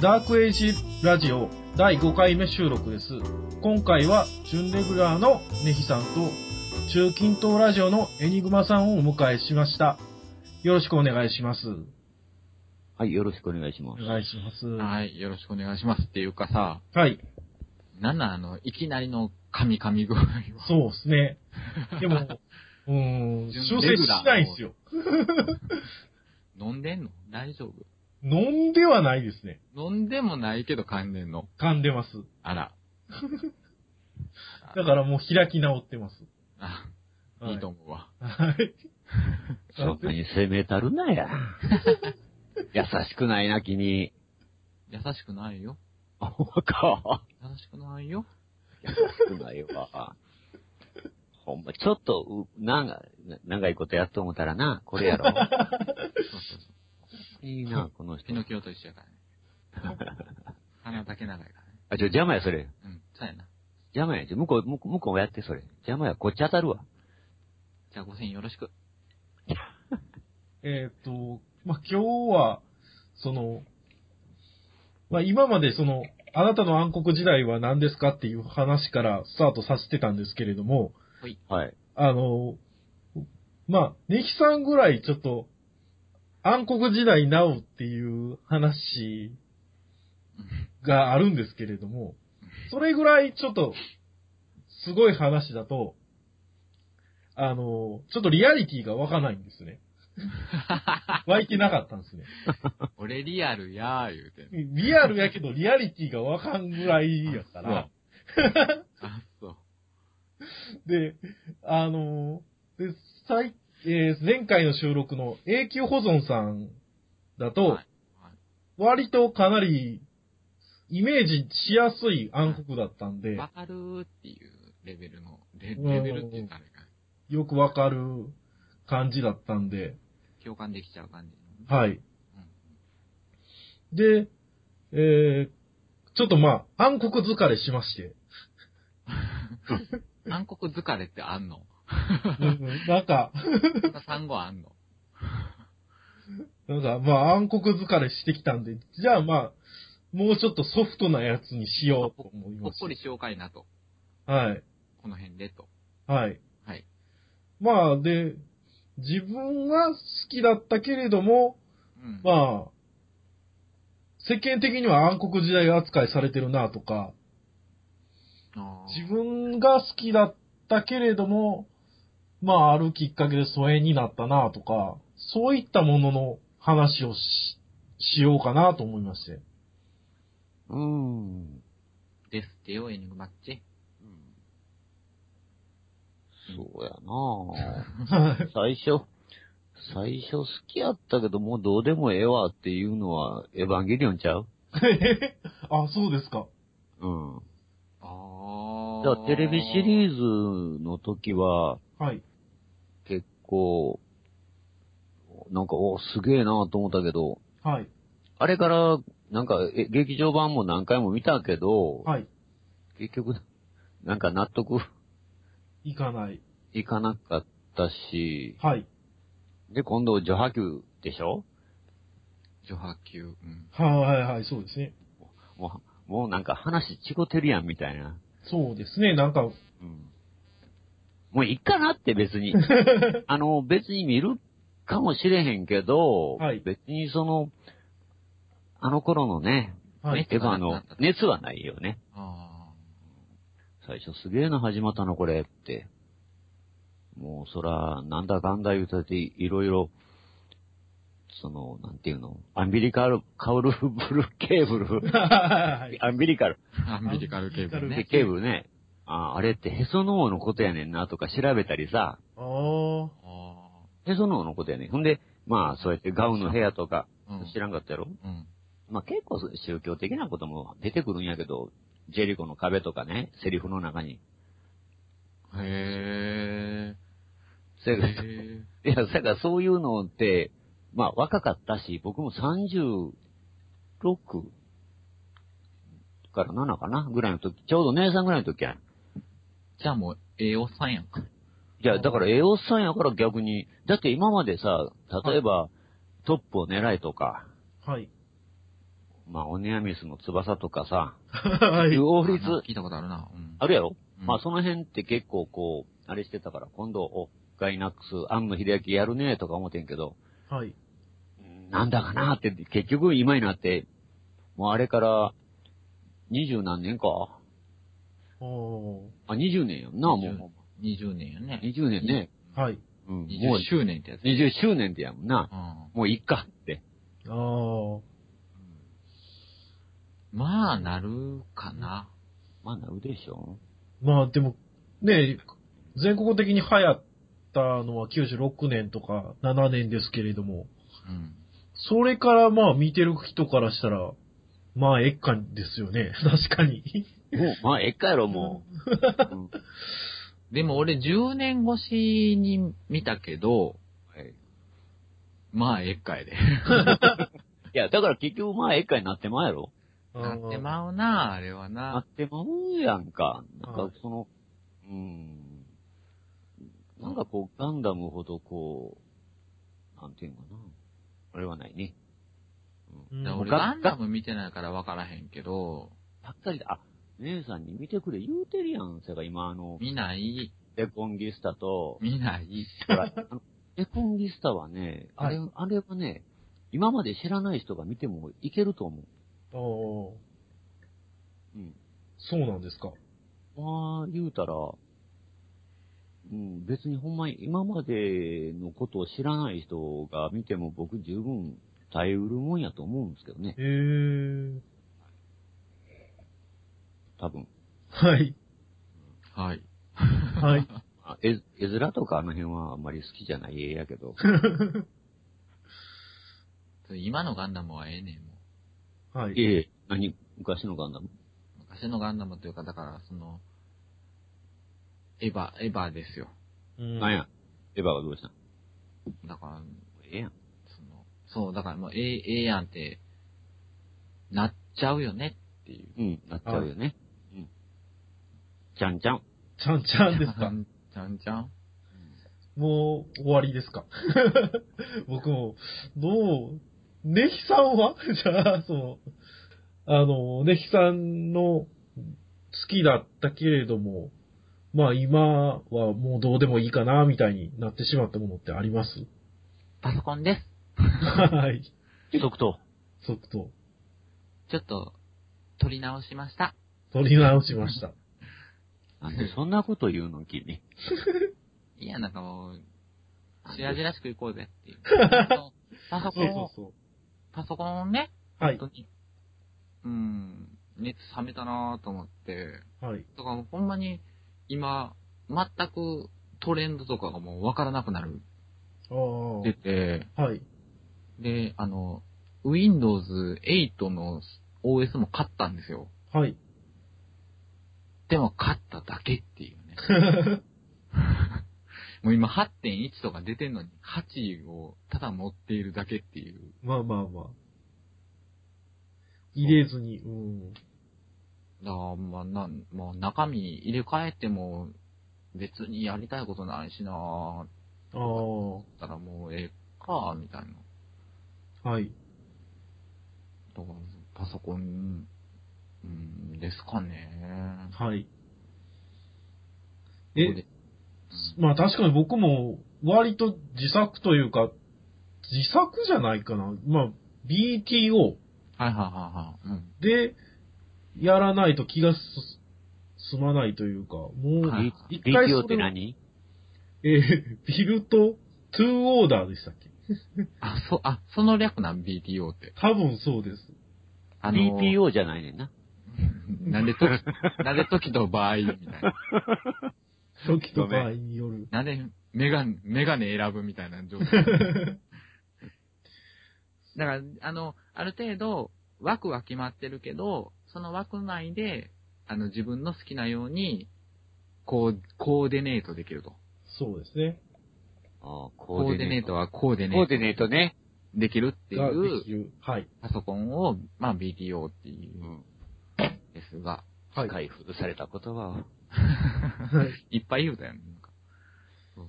ダークエイジラジオ第5回目収録です。今回は、準レギュラーのネヒさんと、中近東ラジオのエニグマさんをお迎えしました。よろしくお願いします。はい、よろしくお願いしまおす。願いします。ははい、よろしくお願いします。っていうかさ、い。なんなんあの、いきなりの神々具合は。 そうですね。で も、うーん、修正しないんですよ。飲んでんの大丈夫飲んではないですね。飲んでもないけど噛んでんの噛んでます。あら。 だからもう開き直ってます。あ、はいいいと思うわ。はい。そんなに攻めたるなや。優しくないな、君。優しくないよ。あ、ほんまか。優しくないよ。優しくないわ。ほんま、ちょっと、うなんか、な長いことやっと思ったらな、これやろ。そうそう そう。いいな、この人ピ。ノキオと一緒やからね。 鼻だけ長いからね。あ、ちょ、邪魔や、それ。うん、そうやな。邪魔や。ちょ向こう、向こう、向こうもやって、それ。邪魔や。こっち当たるわ。じゃあ5000よろしく。えーっと、まあ、今日は、その、まあ、今までその、あなたの暗黒時代は何ですかっていう話からスタートさせてたんですけれども、はい。あの、まあ、ネヒさんぐらいちょっと、暗黒時代なおっていう話うんがあるんですけれども、それぐらいちょっと、すごい話だと、あの、ちょっとリアリティが湧かないんですね。湧いてなかったんですね。俺リアルやー言うてんのリアルやけど、リアリティがわかんぐらいやから。 あ、そう。で、あのーで、最、えー前回の収録の永久保存さんだと、はいはい割とかなり、イメージしやすい暗黒だったんで、わかるーっていうレベルの、レレベルって言ったらあれか。よくわかる感じだったんで、共感できちゃう感じ。はい。で、えーちょっとまあ、暗黒疲れしまして、暗黒疲れってあんのうん うんなんか、そんな単 語あんのなんか、まあ、暗黒疲れしてきたんで、じゃあまあ、もうちょっとソフトなやつにしようと思いほまっこりししようかいなと。た。はい。この辺でと。はい。はい。まあ、で、自分は好きだったけれども、うん。まあ、世間的には暗黒時代扱いされてるなとか、あー自分が好きだったけれども、まあ、あるきっかけで疎遠になったなとか、そういったものの話をし、しようかなと思いま して。うーん。ですってよ、エニグマッチ。そうやなはい。最初、最初好きやったけど、もうどうでもええわっていうのは、エヴァンゲリオンちゃうあ、そうですか。うん。あだあ。からテレビシリーズの時は、はい。結構、なんか、お、すげえなと思ったけど、はい。あれから、なんか、え劇場版も何回も見たけど、はい。結局、なんか納得行かない。いかなかったし、はい。で、今度、ジョハキュでしょジョハ級。うん。はいはいはい、そうですね。もう、もうなんか話ちこてるやんみたいな。そうですね、なんか、うんもういいかなって 別に。あの、別に見るかもしれへんけど、はい別にその、あの頃のね、はい。エヴァの熱はないよね。あ最初すげえな始まったのこれって。もうそら、なんだかんだ言うたっていろいろ、その、なんていうの、アンビリカル、カウルブルケーブル、はい。アンビリカル、あ。アンビリカルケーブルね。ケーブルね。ああ、あれってへその緒のことやねんなとか調べたりさ、あー。あへその緒のことやねん。ほんで、まあ、そうやってガウンの部屋とか、あ。うん。知らんかったやろうん。まあ結構宗教的なことも出てくるんやけど、ジェリコの壁とかね、セリフの中に。へせえ。やからいや、へだからそういうのって、まあ若かったし、僕も36から7かなぐらいの時、ちょうど姉さんぐらいの時やん。じゃあもう、ええおっさんやんか。いや、だからええおっさんやから逆に、だって今までさ、例えば、トップを狙えとか、はい。まあ、オネアミスの翼とかさ、はい。王立、あ聞いたことあるな。うん。あるやろ、うんまあ、その辺って結構こう、あれしてたから、今度、お、ガイナックス、安野秀明やるねとか思ってんけど、はい。なんだかなって、結局今になって、もうあれから、二十何年かおあ、二十年やんな、も20年やう。ね。二十年ね。ー。はい。うん、もう20周年ってやつ。二十周年でやもんな。うん。もういっかって。あー。まあ、なるかな。まあなるでしょまあでも、ねえ、全国的に流行ったのは96年とか7年ですけれども、うん。それからまあ見てる人からしたら、まあ、えっかですよね。 確かに。もう、まあ、えっかやろ、もう。うんでも俺10年越しに見たけど、はいまあ、えっかいで。いや、だから結局、まあ、えっかになってまうやろ。なってまうな、あれはななっ。てまうやんか。なんはかい、その、うん。なんかこう、ガンダムほどこう、なんていうのかな。あれはないね。うんだから俺、がガンダム見てないから分からへんけど、ばっかりだ。あ、姉さんに見てくれ言うてるやん。せが今、あの、見ない、デコンギスタと、見ない。ほら、あのデコンギスタはね、あれ、あれはね、今まで知らない人が見てもいけると思う。あーうん。そうなんですか。まあ、言うたら、うん、別にほんまに今までのことを知らない人が見ても僕十分耐えうるもんやと思うんですけどね、へえ。多分。はい。はい。はい。あ絵絵面とかあの辺はあんまり好きじゃない絵やけど。今のガンダムはええねん、も はい。ええ、何昔のガンダムう。昔のガンダムというか、だから、その、エヴァ、エヴァですよ。うんなんやエヴァはどうしたんだから、ええやん。その、そう、だからもう、ええ、ええやんって、なっちゃうよねっていう。うん、なっちゃうよね。うん。ちゃんちゃん。ちゃんちゃんですか。ちゃんちゃんもう終わりですか。 僕も、どう、ネヒさんは じゃあ、その、あの、ネヒさんの好きだったけれども、まあ今はもうどうでもいいかな、みたいになってしまったものってあります パソコンです。はい。即答。即答。ちょっと、撮り直しました。取り直し ました。なんでそんなこと言うの君。いや、なんかもう、白々しく行こうぜ っていう。パソコそうンそをう、そパソコンね、う。はい本。当に、うん、熱冷めたなぁと思って、はい。だからもうほんまに、今、全くトレンドとかがもうわからなくなる。ああ。出て、はい。で、あの、Windows 8の OS も買ったんですよ。はい。でも買っただけっていうね。もう今8.1とか出てんのに8をただ持っているだけっていう。まあまあまあ。入れずに、うん。だからまあなん、もう中身入れ替えても別にやりたいことないしなぁ。ああ。ったらもうええか、みたいな。はい。だからパソコン、うん、ですかね。はい。ここえで、まあ確かに僕も割と自作というか、自作じゃないかな。まあ、BTO はいはいはいはい。うん。でやらないと気がすすまないというか、もう、はい一回それ BTO って何えービルト2オーダーでしたっけあ、そ、あ、その略なん BTO って。多分そうです。あの ?BPO じゃないねんな。なんでとき、なんで時と場合みたいな。時と場合による。なんでメガネ、メガネ選ぶみたいな状態。だから、あの、ある程度、枠は決まってるけど、その枠内で、あの、自分の好きなように、こう、コーディネートできると。そうですね。ああ、ココーディネートはコーディネコーディーネートね。。トできるっていがでうきる。はい。パソコンを、まあ BTO っていううんですが、はい。開封された言葉を。はいいっぱい言うたよね。なんかそ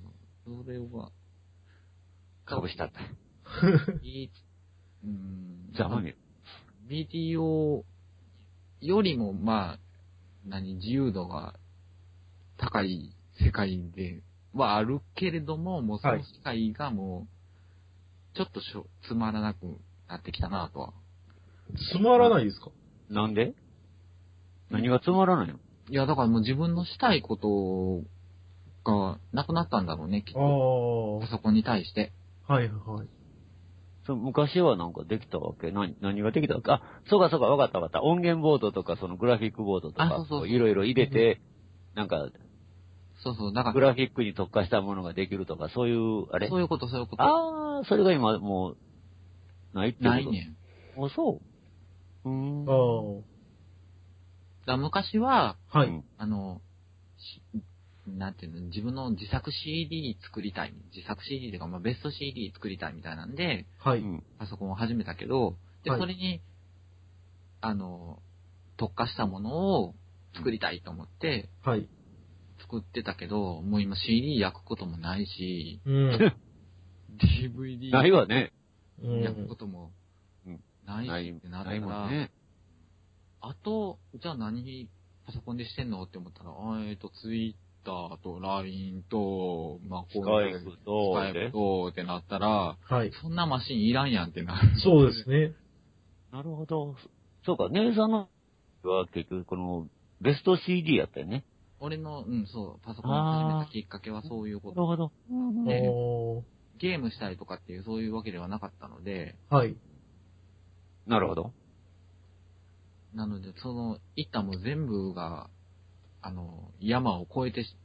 うそれは、かぶしたった。いい、うーん、ざまみろ。 BTO よりも、まあ、何、自由度が高い世界ではあるけれども、もうそはのい世界がもう、ちょっとしょつまらなくなってきたなとは。つまらないですかなんで何がつまらないのいや、だからもう自分のしたいことがなくなったんだろうね、きっあと。あ、はパソコンに対して。いはい。そう昔はなんかできたわけ何、何ができたわけあ、そうかそうか、わかったわかった。音源ボードとか、そのグラフィックボードとあそうそかうそう、いろいろ入れて、なんか、そうそう、だかグら、ラフィックに特化したものができるとか、そういう、あれそういうこと、そういうこと。ああ、それが今もう、ないってことないねん。あ、そう。うーん。ああ、だから昔は、はうんい。あの、しなんていうの、自分の自作 CD 作りたい。自作 CD というか、まあ、ベスト CD 作りたいみたいなんで、はうい。ん。パソコンを始めたけど、で、はいそれに、あの、特化したものを作りたいと思ってはい。作ってたけど、もう今 CD 焼くこともないし、 うん。 DVD ないわね。う焼くんこ。ともうんないなしいっ、てなっなたら、いもんね。あと、じゃあ何パソコンでしてんのって思ったら、あえっ、ー、と、ツイッターと LINE と、まあ、スこカイプと、スカイプとってなったら、はい。そんなマシンいらんやんってなる。そうですね。なるほど。そうか、姉さんのは結局このベスト CD やったよね。俺の、うん、そう、パソコンを始めたきっかけはそういうこなると。ほど。あねあ、ゲームしたりとかっていうそういうわけではなかったので、はい。なるほど。なので、その、一旦もう全部が、あの、山を越えてし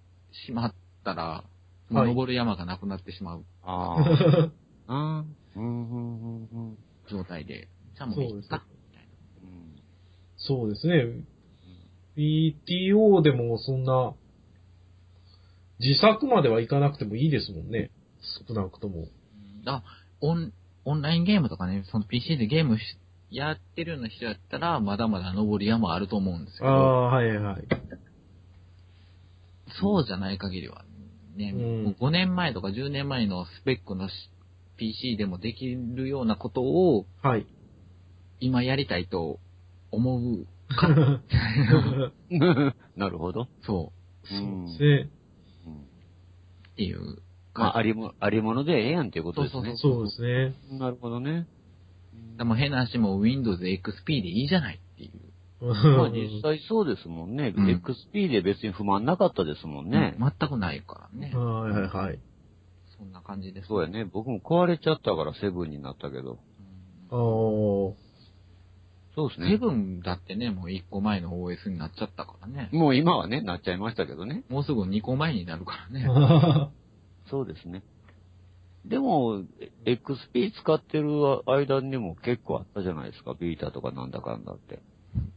しまったら、もうはい登る山がなくなってしまうあ あ。あーうん、うん、うん、うん。状態で、じゃあもうそういでっすか。うんそうですね。BTO でもそんな、自作まではいかなくてもいいですもんね。少なくとも。あ、オン、オンラインゲームとかね、その PC でゲームしやってるような人やったら、まだまだ登り山あると思うんですけあど、あ、はいはい。そうじゃない限りは、ね、うんもう5年前とか10年前のスペックのし PC でもできるようなことを、はい。今やりたいと思う。 なるほど。そうんね、うんう、っていうまあ、あ感りも、ありものでええやんっていうことですね。そうですね。なるほどね。じ。でも変な話もう Windows XP でいいじゃないっていう。ま あ実際そうですもんね。うん XP で別に不満なかったですもんね。全くないからね。はいはいはい。そんな感じです。そうやね。僕も壊れちゃったからセブンになったけど。あうんーそうですセブンだってね、もう1個前の OS になっちゃったからね。もう今はね、なっちゃいましたけどね。もうすぐ2個前になるからね。そうですね。でも、え XP 使ってる間にも結構あったじゃないですか。ビータとかなんだかんだって。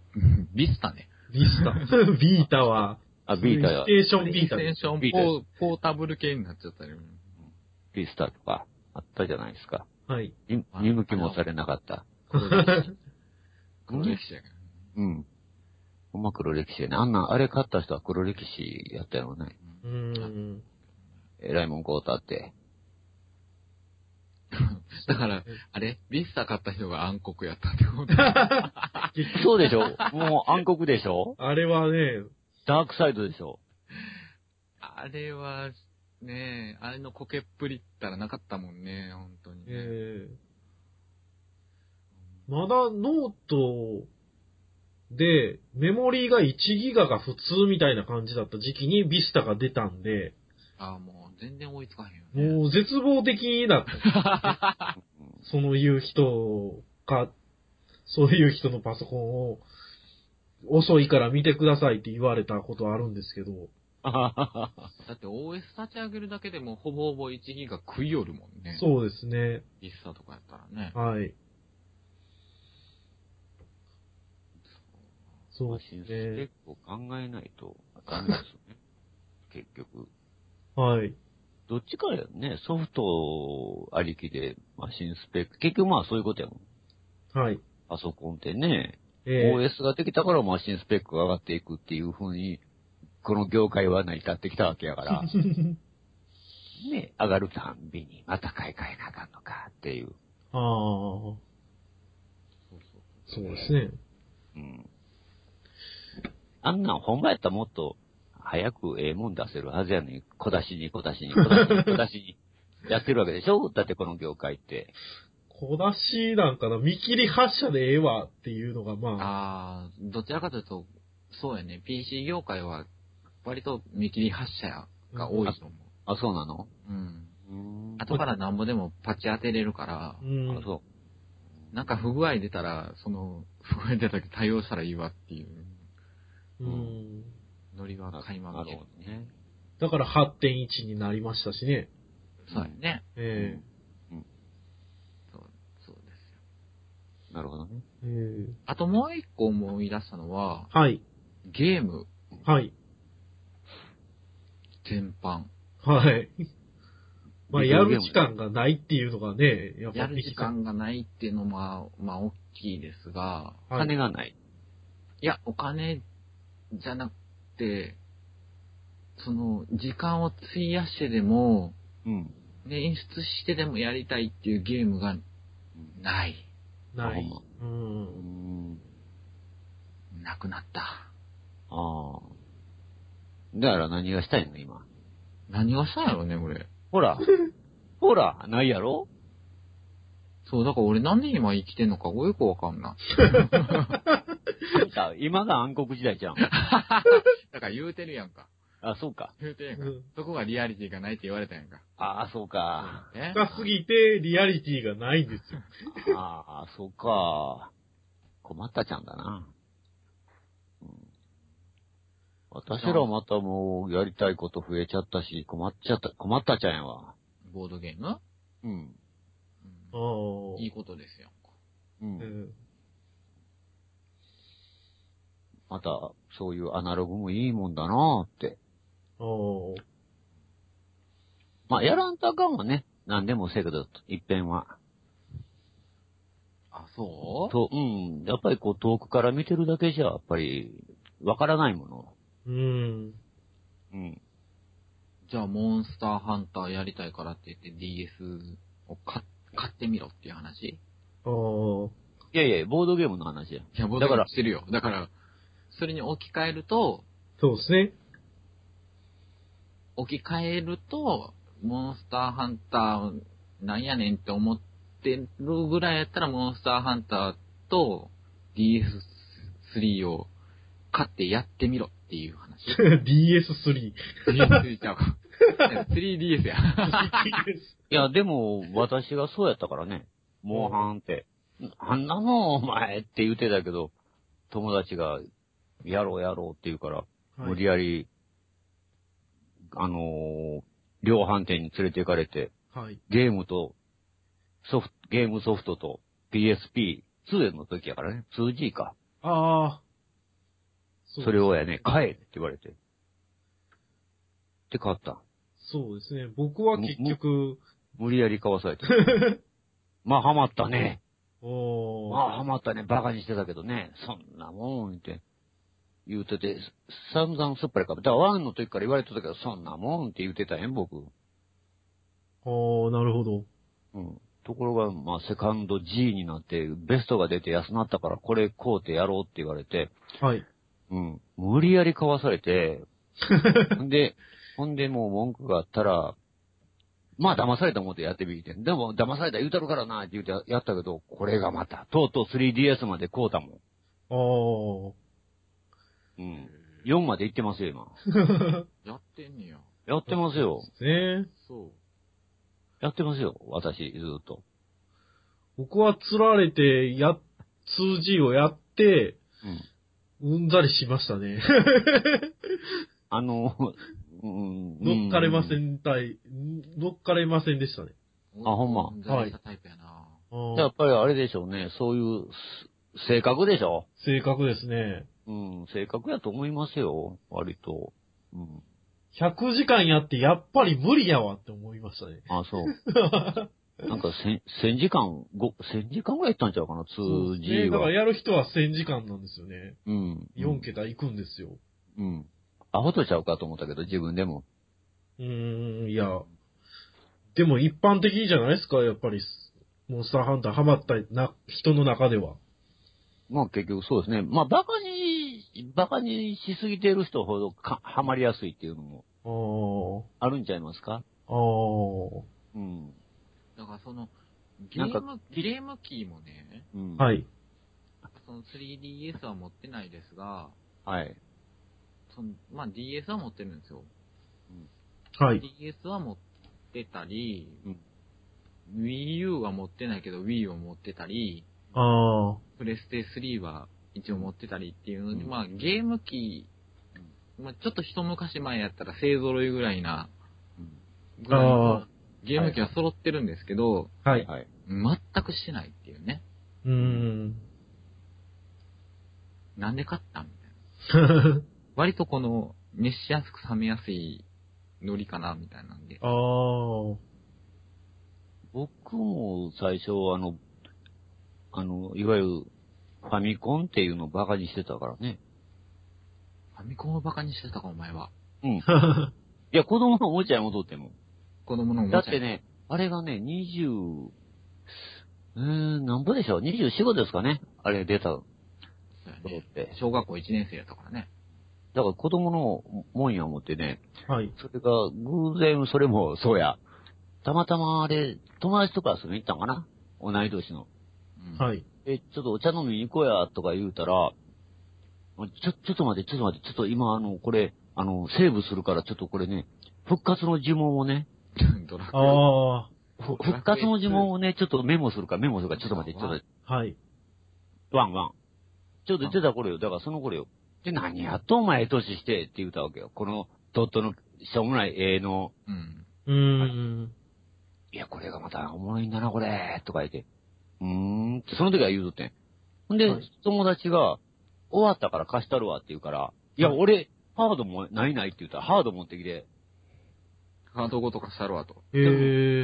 ビスタね。ビスタ。 ビータは、あ、ビータやス、テーションビビースタテでーす。ションビーポータポータブル系になっちゃったよ。ビスタとかあったじゃないですか。はい。にあ見向きもされなかった。黒歴史。黒歴史やから。うん。ほんま黒歴史やね。あんな、あれ買った人は黒歴史やったよね。ううんん。えらいもんこうたって。 だから、あれビスタ買った人が暗黒やったって こと。そうでし ょもう暗黒でしょあれはね、ダークサイドでしょあれは、ねあれのコケっぷりったらなかったもんね、本当にね。えーまだノートでメモリーが1ギガが普通みたいな感じだった時期にビスタが出たんで、ああ、もう全然追いつかへんよね。もう絶望的だった。 そのいう人か、そういう人のパソコンを遅いから見てくださいって言われたことあるんですけど、だって OS 立ち上げるだけでもほぼほぼ1ギガ食いよるもんね。そうですね。ビスタとかやったらね。はい。そう真ですね 結。構考えないとダメですよね。結局。はい。どっちかやね、ソフトありきで、マシンスペック。結局まあそういうことやもん。はい。パソコンってね、えー OS ができたからマシンスペックが上がっていくっていう風に、この業界は成り立ってきたわけやから、ね、上がるたんびにまた買い替えなあかんのかっていう。ああ。そうそうそうですね。うん。あんなん、ほんまやったらもっと、早くええもん出せるはずやのに、小出しに小出しに小出しに小出しに、やってるわけでしょだってこの業界って。小出しなんかな、見切り発車でええわっていうのが、まあ、ああ、どちらかというと、そうやね。PC 業界は、割と見切り発車が多いと思あ、そうなのう。うん。うん後からなんぼでもパチ当てれるからう、あ、ん。そなんか不具合出たら、その、不具合出た時対応したらいいわっていう、うん。ノリはう。垣間な見えるるほ。どね。だから8.1になりましたしね。そうやね。えそうですよ。なるほどね。ええあともう一個思い出したのは、えはい。ゲームはい。全般。はい。まあ、ビデやオゲーるム時間がないっていうのがね、やっぱやるで時きた。間がないっていうのも、まあ、大きいですが、はい金がない。いや、お金じゃなくて、その、時間を費やしてでも、うん。ね、演出してでもやりたいっていうゲームがない。なほいん。まう。うんん。なくなった。ああ。だから何がしたいの今。何がしたんやろね、俺。ほ ら。ほら、ないやろそう、だから俺なんで今生きてんのかよくわか んない。あんた今が暗黒時代じゃん。だから言うてるやんか。 あ、そうか。言うてるやんうか。んそこがリアリティがないって言われたやんか。ああ、そうか。ね深すぎて、リアリティがないんですよ。ああ、そうか。困ったちゃんだな。うん私らまたもうやりたいこと増えちゃったし、困っちゃった、困ったちゃんやわ。ボードゲーム、うん。あうんいいあ。ことですよ。う。うんんまた、そういうアナログもいいもんだなーって。ああ。まあ、やらんとあかんわね。何でもせえけど、一遍は。あ、そうと、うん。やっぱりこう遠くから見てるだけじゃ、やっぱり、わからないもの。うん。うん。じゃあ、モンスターハンターやりたいからって言って DS を買っ買ってみろっていう話いああ。いやいや、ボードゲームの話や。や、僕だからはしてるよ。だから、それに置き換えると、そうですね。 置き換えると、モンスターハンターなんやねんって思ってるぐらいやったら、モンスターハンターと DS3 を買ってやってみろってい う話。 DS3。 DS3 ちゃうか。3DS や。 いや、でも、私がそうやったからね。モンハンって。あんなもん、お前って言うてたけど、友達が、やろうやろうって言うから、無理やり、あのー量販店に連れて行かれて、はい。ゲームと、ソフト、ゲームソフトと PSP2 の時やからね、2G か。ああ。うそれをやね、買えって言われて。って買った。そうですね。僕は結局、無理やり買わされて。まあ、ハマったね。おーまあ、ハマったね、バカにしてたけどね、そんなもんって言うてて、散々すっぱりかぶだからワンの時から言われてたけど、そんなもんって言うてたやん、僕。ああ、なるほど。うん。ところが、まあ、セカンド G になって、ベストが出て安なったから、これ買うてやろうって言われて、はい。うん。無理やり買わさ れて、ほんで、ほんでもう文句があったら、まあ騙された思ってやってみて。でも騙された言うたるからなって言うてやったけど、これがまた、とうとう 3DS まで買うたもああ。ん。うん。4まで行ってますよ、今。やってんねや。やってますよ。ねそう。やってますよ。私、ずっと。僕は釣られて、や、2G をやって、うん。うんざりしましたね。あの、 うん。乗っかれませうんたい、乗っかれませんでしたね。あほんま俺もうんざりしたタイプやな。あやあっ。ぱりあれでしょうね。そういう、す性格でしょ正確ですね。うん。性格やと思いますよ。割と。うん。 100時間やって、やっぱり無理やわって思いましたね。あ、そう。 なんか、1000 1000時間、ご1000時間ぐらい行ったんちゃうかな、そうですね 2G だからは。やる人は1000時間なんですよね。うん。 4桁いくんですよ。うん。アホとちゃうかと思ったけど、自分でも。うーん、いや。でも一般的じゃないですか、やっぱり。モンスターハンターハマったな人の中では。まあ結局そうですね。まあバカに、バカにしすぎてる人ほどか、ハマりやすいっていうのもおあるんちゃいますかー。おうん。だからその、ゲーなんかム、ゲームキーもね、うん。。ー。はいい。その 3DS は持ってないですが、はい。その、まあ、DS は持ってるんですよ。はい。 DS は持ってたり、うん Wii U は持ってないけど Wii を持ってたり、あプレステ3は一応持ってたりっていうので、うんまあゲーム機、まあちょっと一昔前やったら勢揃いぐらいな、ぐらいあのゲーム機は揃ってるんですけど、ー。ははいい。はい。全くしてないっていうね。うーん。なんで買ったみたいな。割とこの、熱しやすく冷めやすいノリかな、みたいなんで。あー。 僕も最初あの、あの、いわゆるファミコンっていうのをバカにしてたからね。ファミコンをバカにしてたか、お前は。いや、子供のおもちゃに戻っても。子供のおもちだゃってね、あれがね、20、えー、なんぼでしょう ?24、5ですかねあれ出た頃そうやっねて。小学校1年生やったからね。だから子供のもんや思ってね、はい。それが偶然それもそうや。たまたまあれ、友達とか遊びに行ったんかな同い年の。うんはい。え、ちょっとお茶飲みに行こうや、とか言うたら、ちょ、ちょっと待って、ちょっと待って、ちょっと今、あの、これ、あの、セーブするから、ちょっとこれね、復活の呪文をね、 ドラクエ。あふ復活の呪文をね、ちょっとメモするから、メモするから、ちょっと待って、ちょっと待って、ー。はい。ワンワン。ちょっと出た頃よ、だからその頃よ。で、何やっとお前、ええ年して、って言うたわけよ。この、ドットの、しょうもない、ええの、うん。うーん。いや、これがまたおもろいんだな、これ、とか言って。うーんって、その時は言うとってん。ほんで、はい友達が、終わったから貸したるわって言うから、いや、はい俺、ハードもないないって言ったら、ハード持ってきて、カードごとかしたるわと。え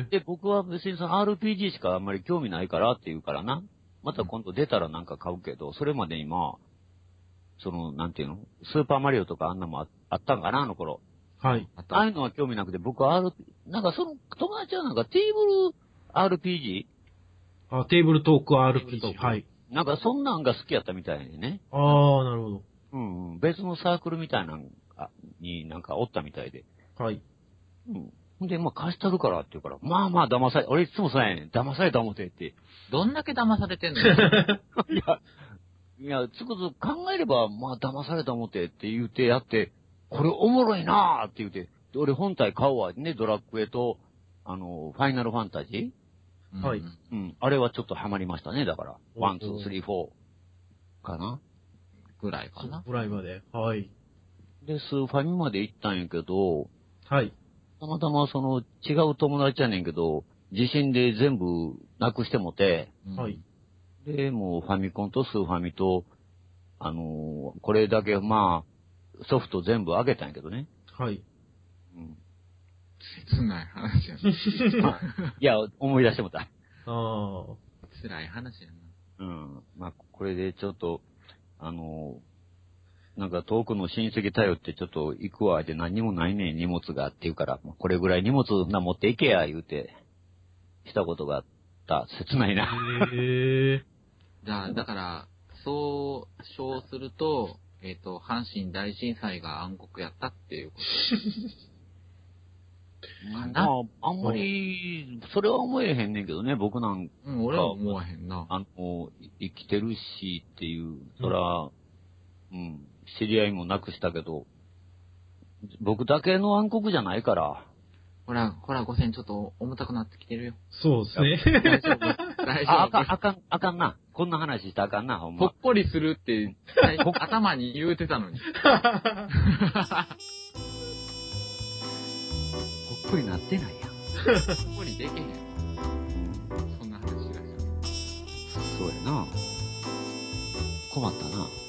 ー。で、僕は別にその RPG しかあんまり興味ないからって言うからな。また今度出たらなんか買うけど、それまで今、その、なんていうのスーパーマリオとかあんなもんああったんかな、あの頃。はい。あとああいうのは興味なくて、僕は R、なんかその友達はなんかテーブル RPG? あ、テーブルトークテーブルトー RPG。クはい。なんかそんなんが好きやったみたいでね。あー、なるほど。うんうん、別のサークルみたいなのがになんかおったみたいで。はい。うん。ほんで、まあ貸したるからって言うから、まあまあ騙され、俺いつもそうやねん。騙された思てって。どんだけ騙されてんのういや、いや、つくづく考えれば、まあ騙された思てって言うてやって、これおもろいなーって言うて、で俺本体買うわ。ね、ドラクエと、あの、ファイナルファンタジんはいーうん。あれはちょっとハマりましたね、だから。ワン、ツおー、ースリー、フォーかな。ぐらいかな。ぐらいまで。はい。で、スーファミまで行ったんやけど、はい。たまたまその違う友達やねんけど、地震で全部なくしてもて、うんはい。で、もうファミコンとスーファミと、あのーこれだけまあ、ソフト全部あげたんやけどね。はい。うん、切ない話やな。 いや、思い出してもた。あー。辛い話やな。うん。まあ、これでちょっと、あのーなんか遠くの親戚頼ってちょっと行くわ、で何にもないねん、荷物がって言うから、まあこれぐらい荷物な持っていけや、言うて、したことがあった。切ないな。えー。じゃあ、だから、そう、称すると、えっ、と、阪神大震災が暗黒やったっていうこ まなあ、あんまり、それは思えへんねんけどね、僕なんか、と。うん、俺は思わへんな。あの、い生きてるしっていう、そら、うん、知り合いもなくしたけど、僕だけの暗黒じゃないから、ほら、ほら、5000ちょっと重たくなってきて るよ。そうですね。大丈夫。大あ、あ丈か夫ん、。あかん、あかんな。こんな話したらあかんな、ほんほまっ。こりするって、最初頭に言うてたのに。っこりなってないやん。ほっこりできへんよ。そんな話だしそうやな。困ったな。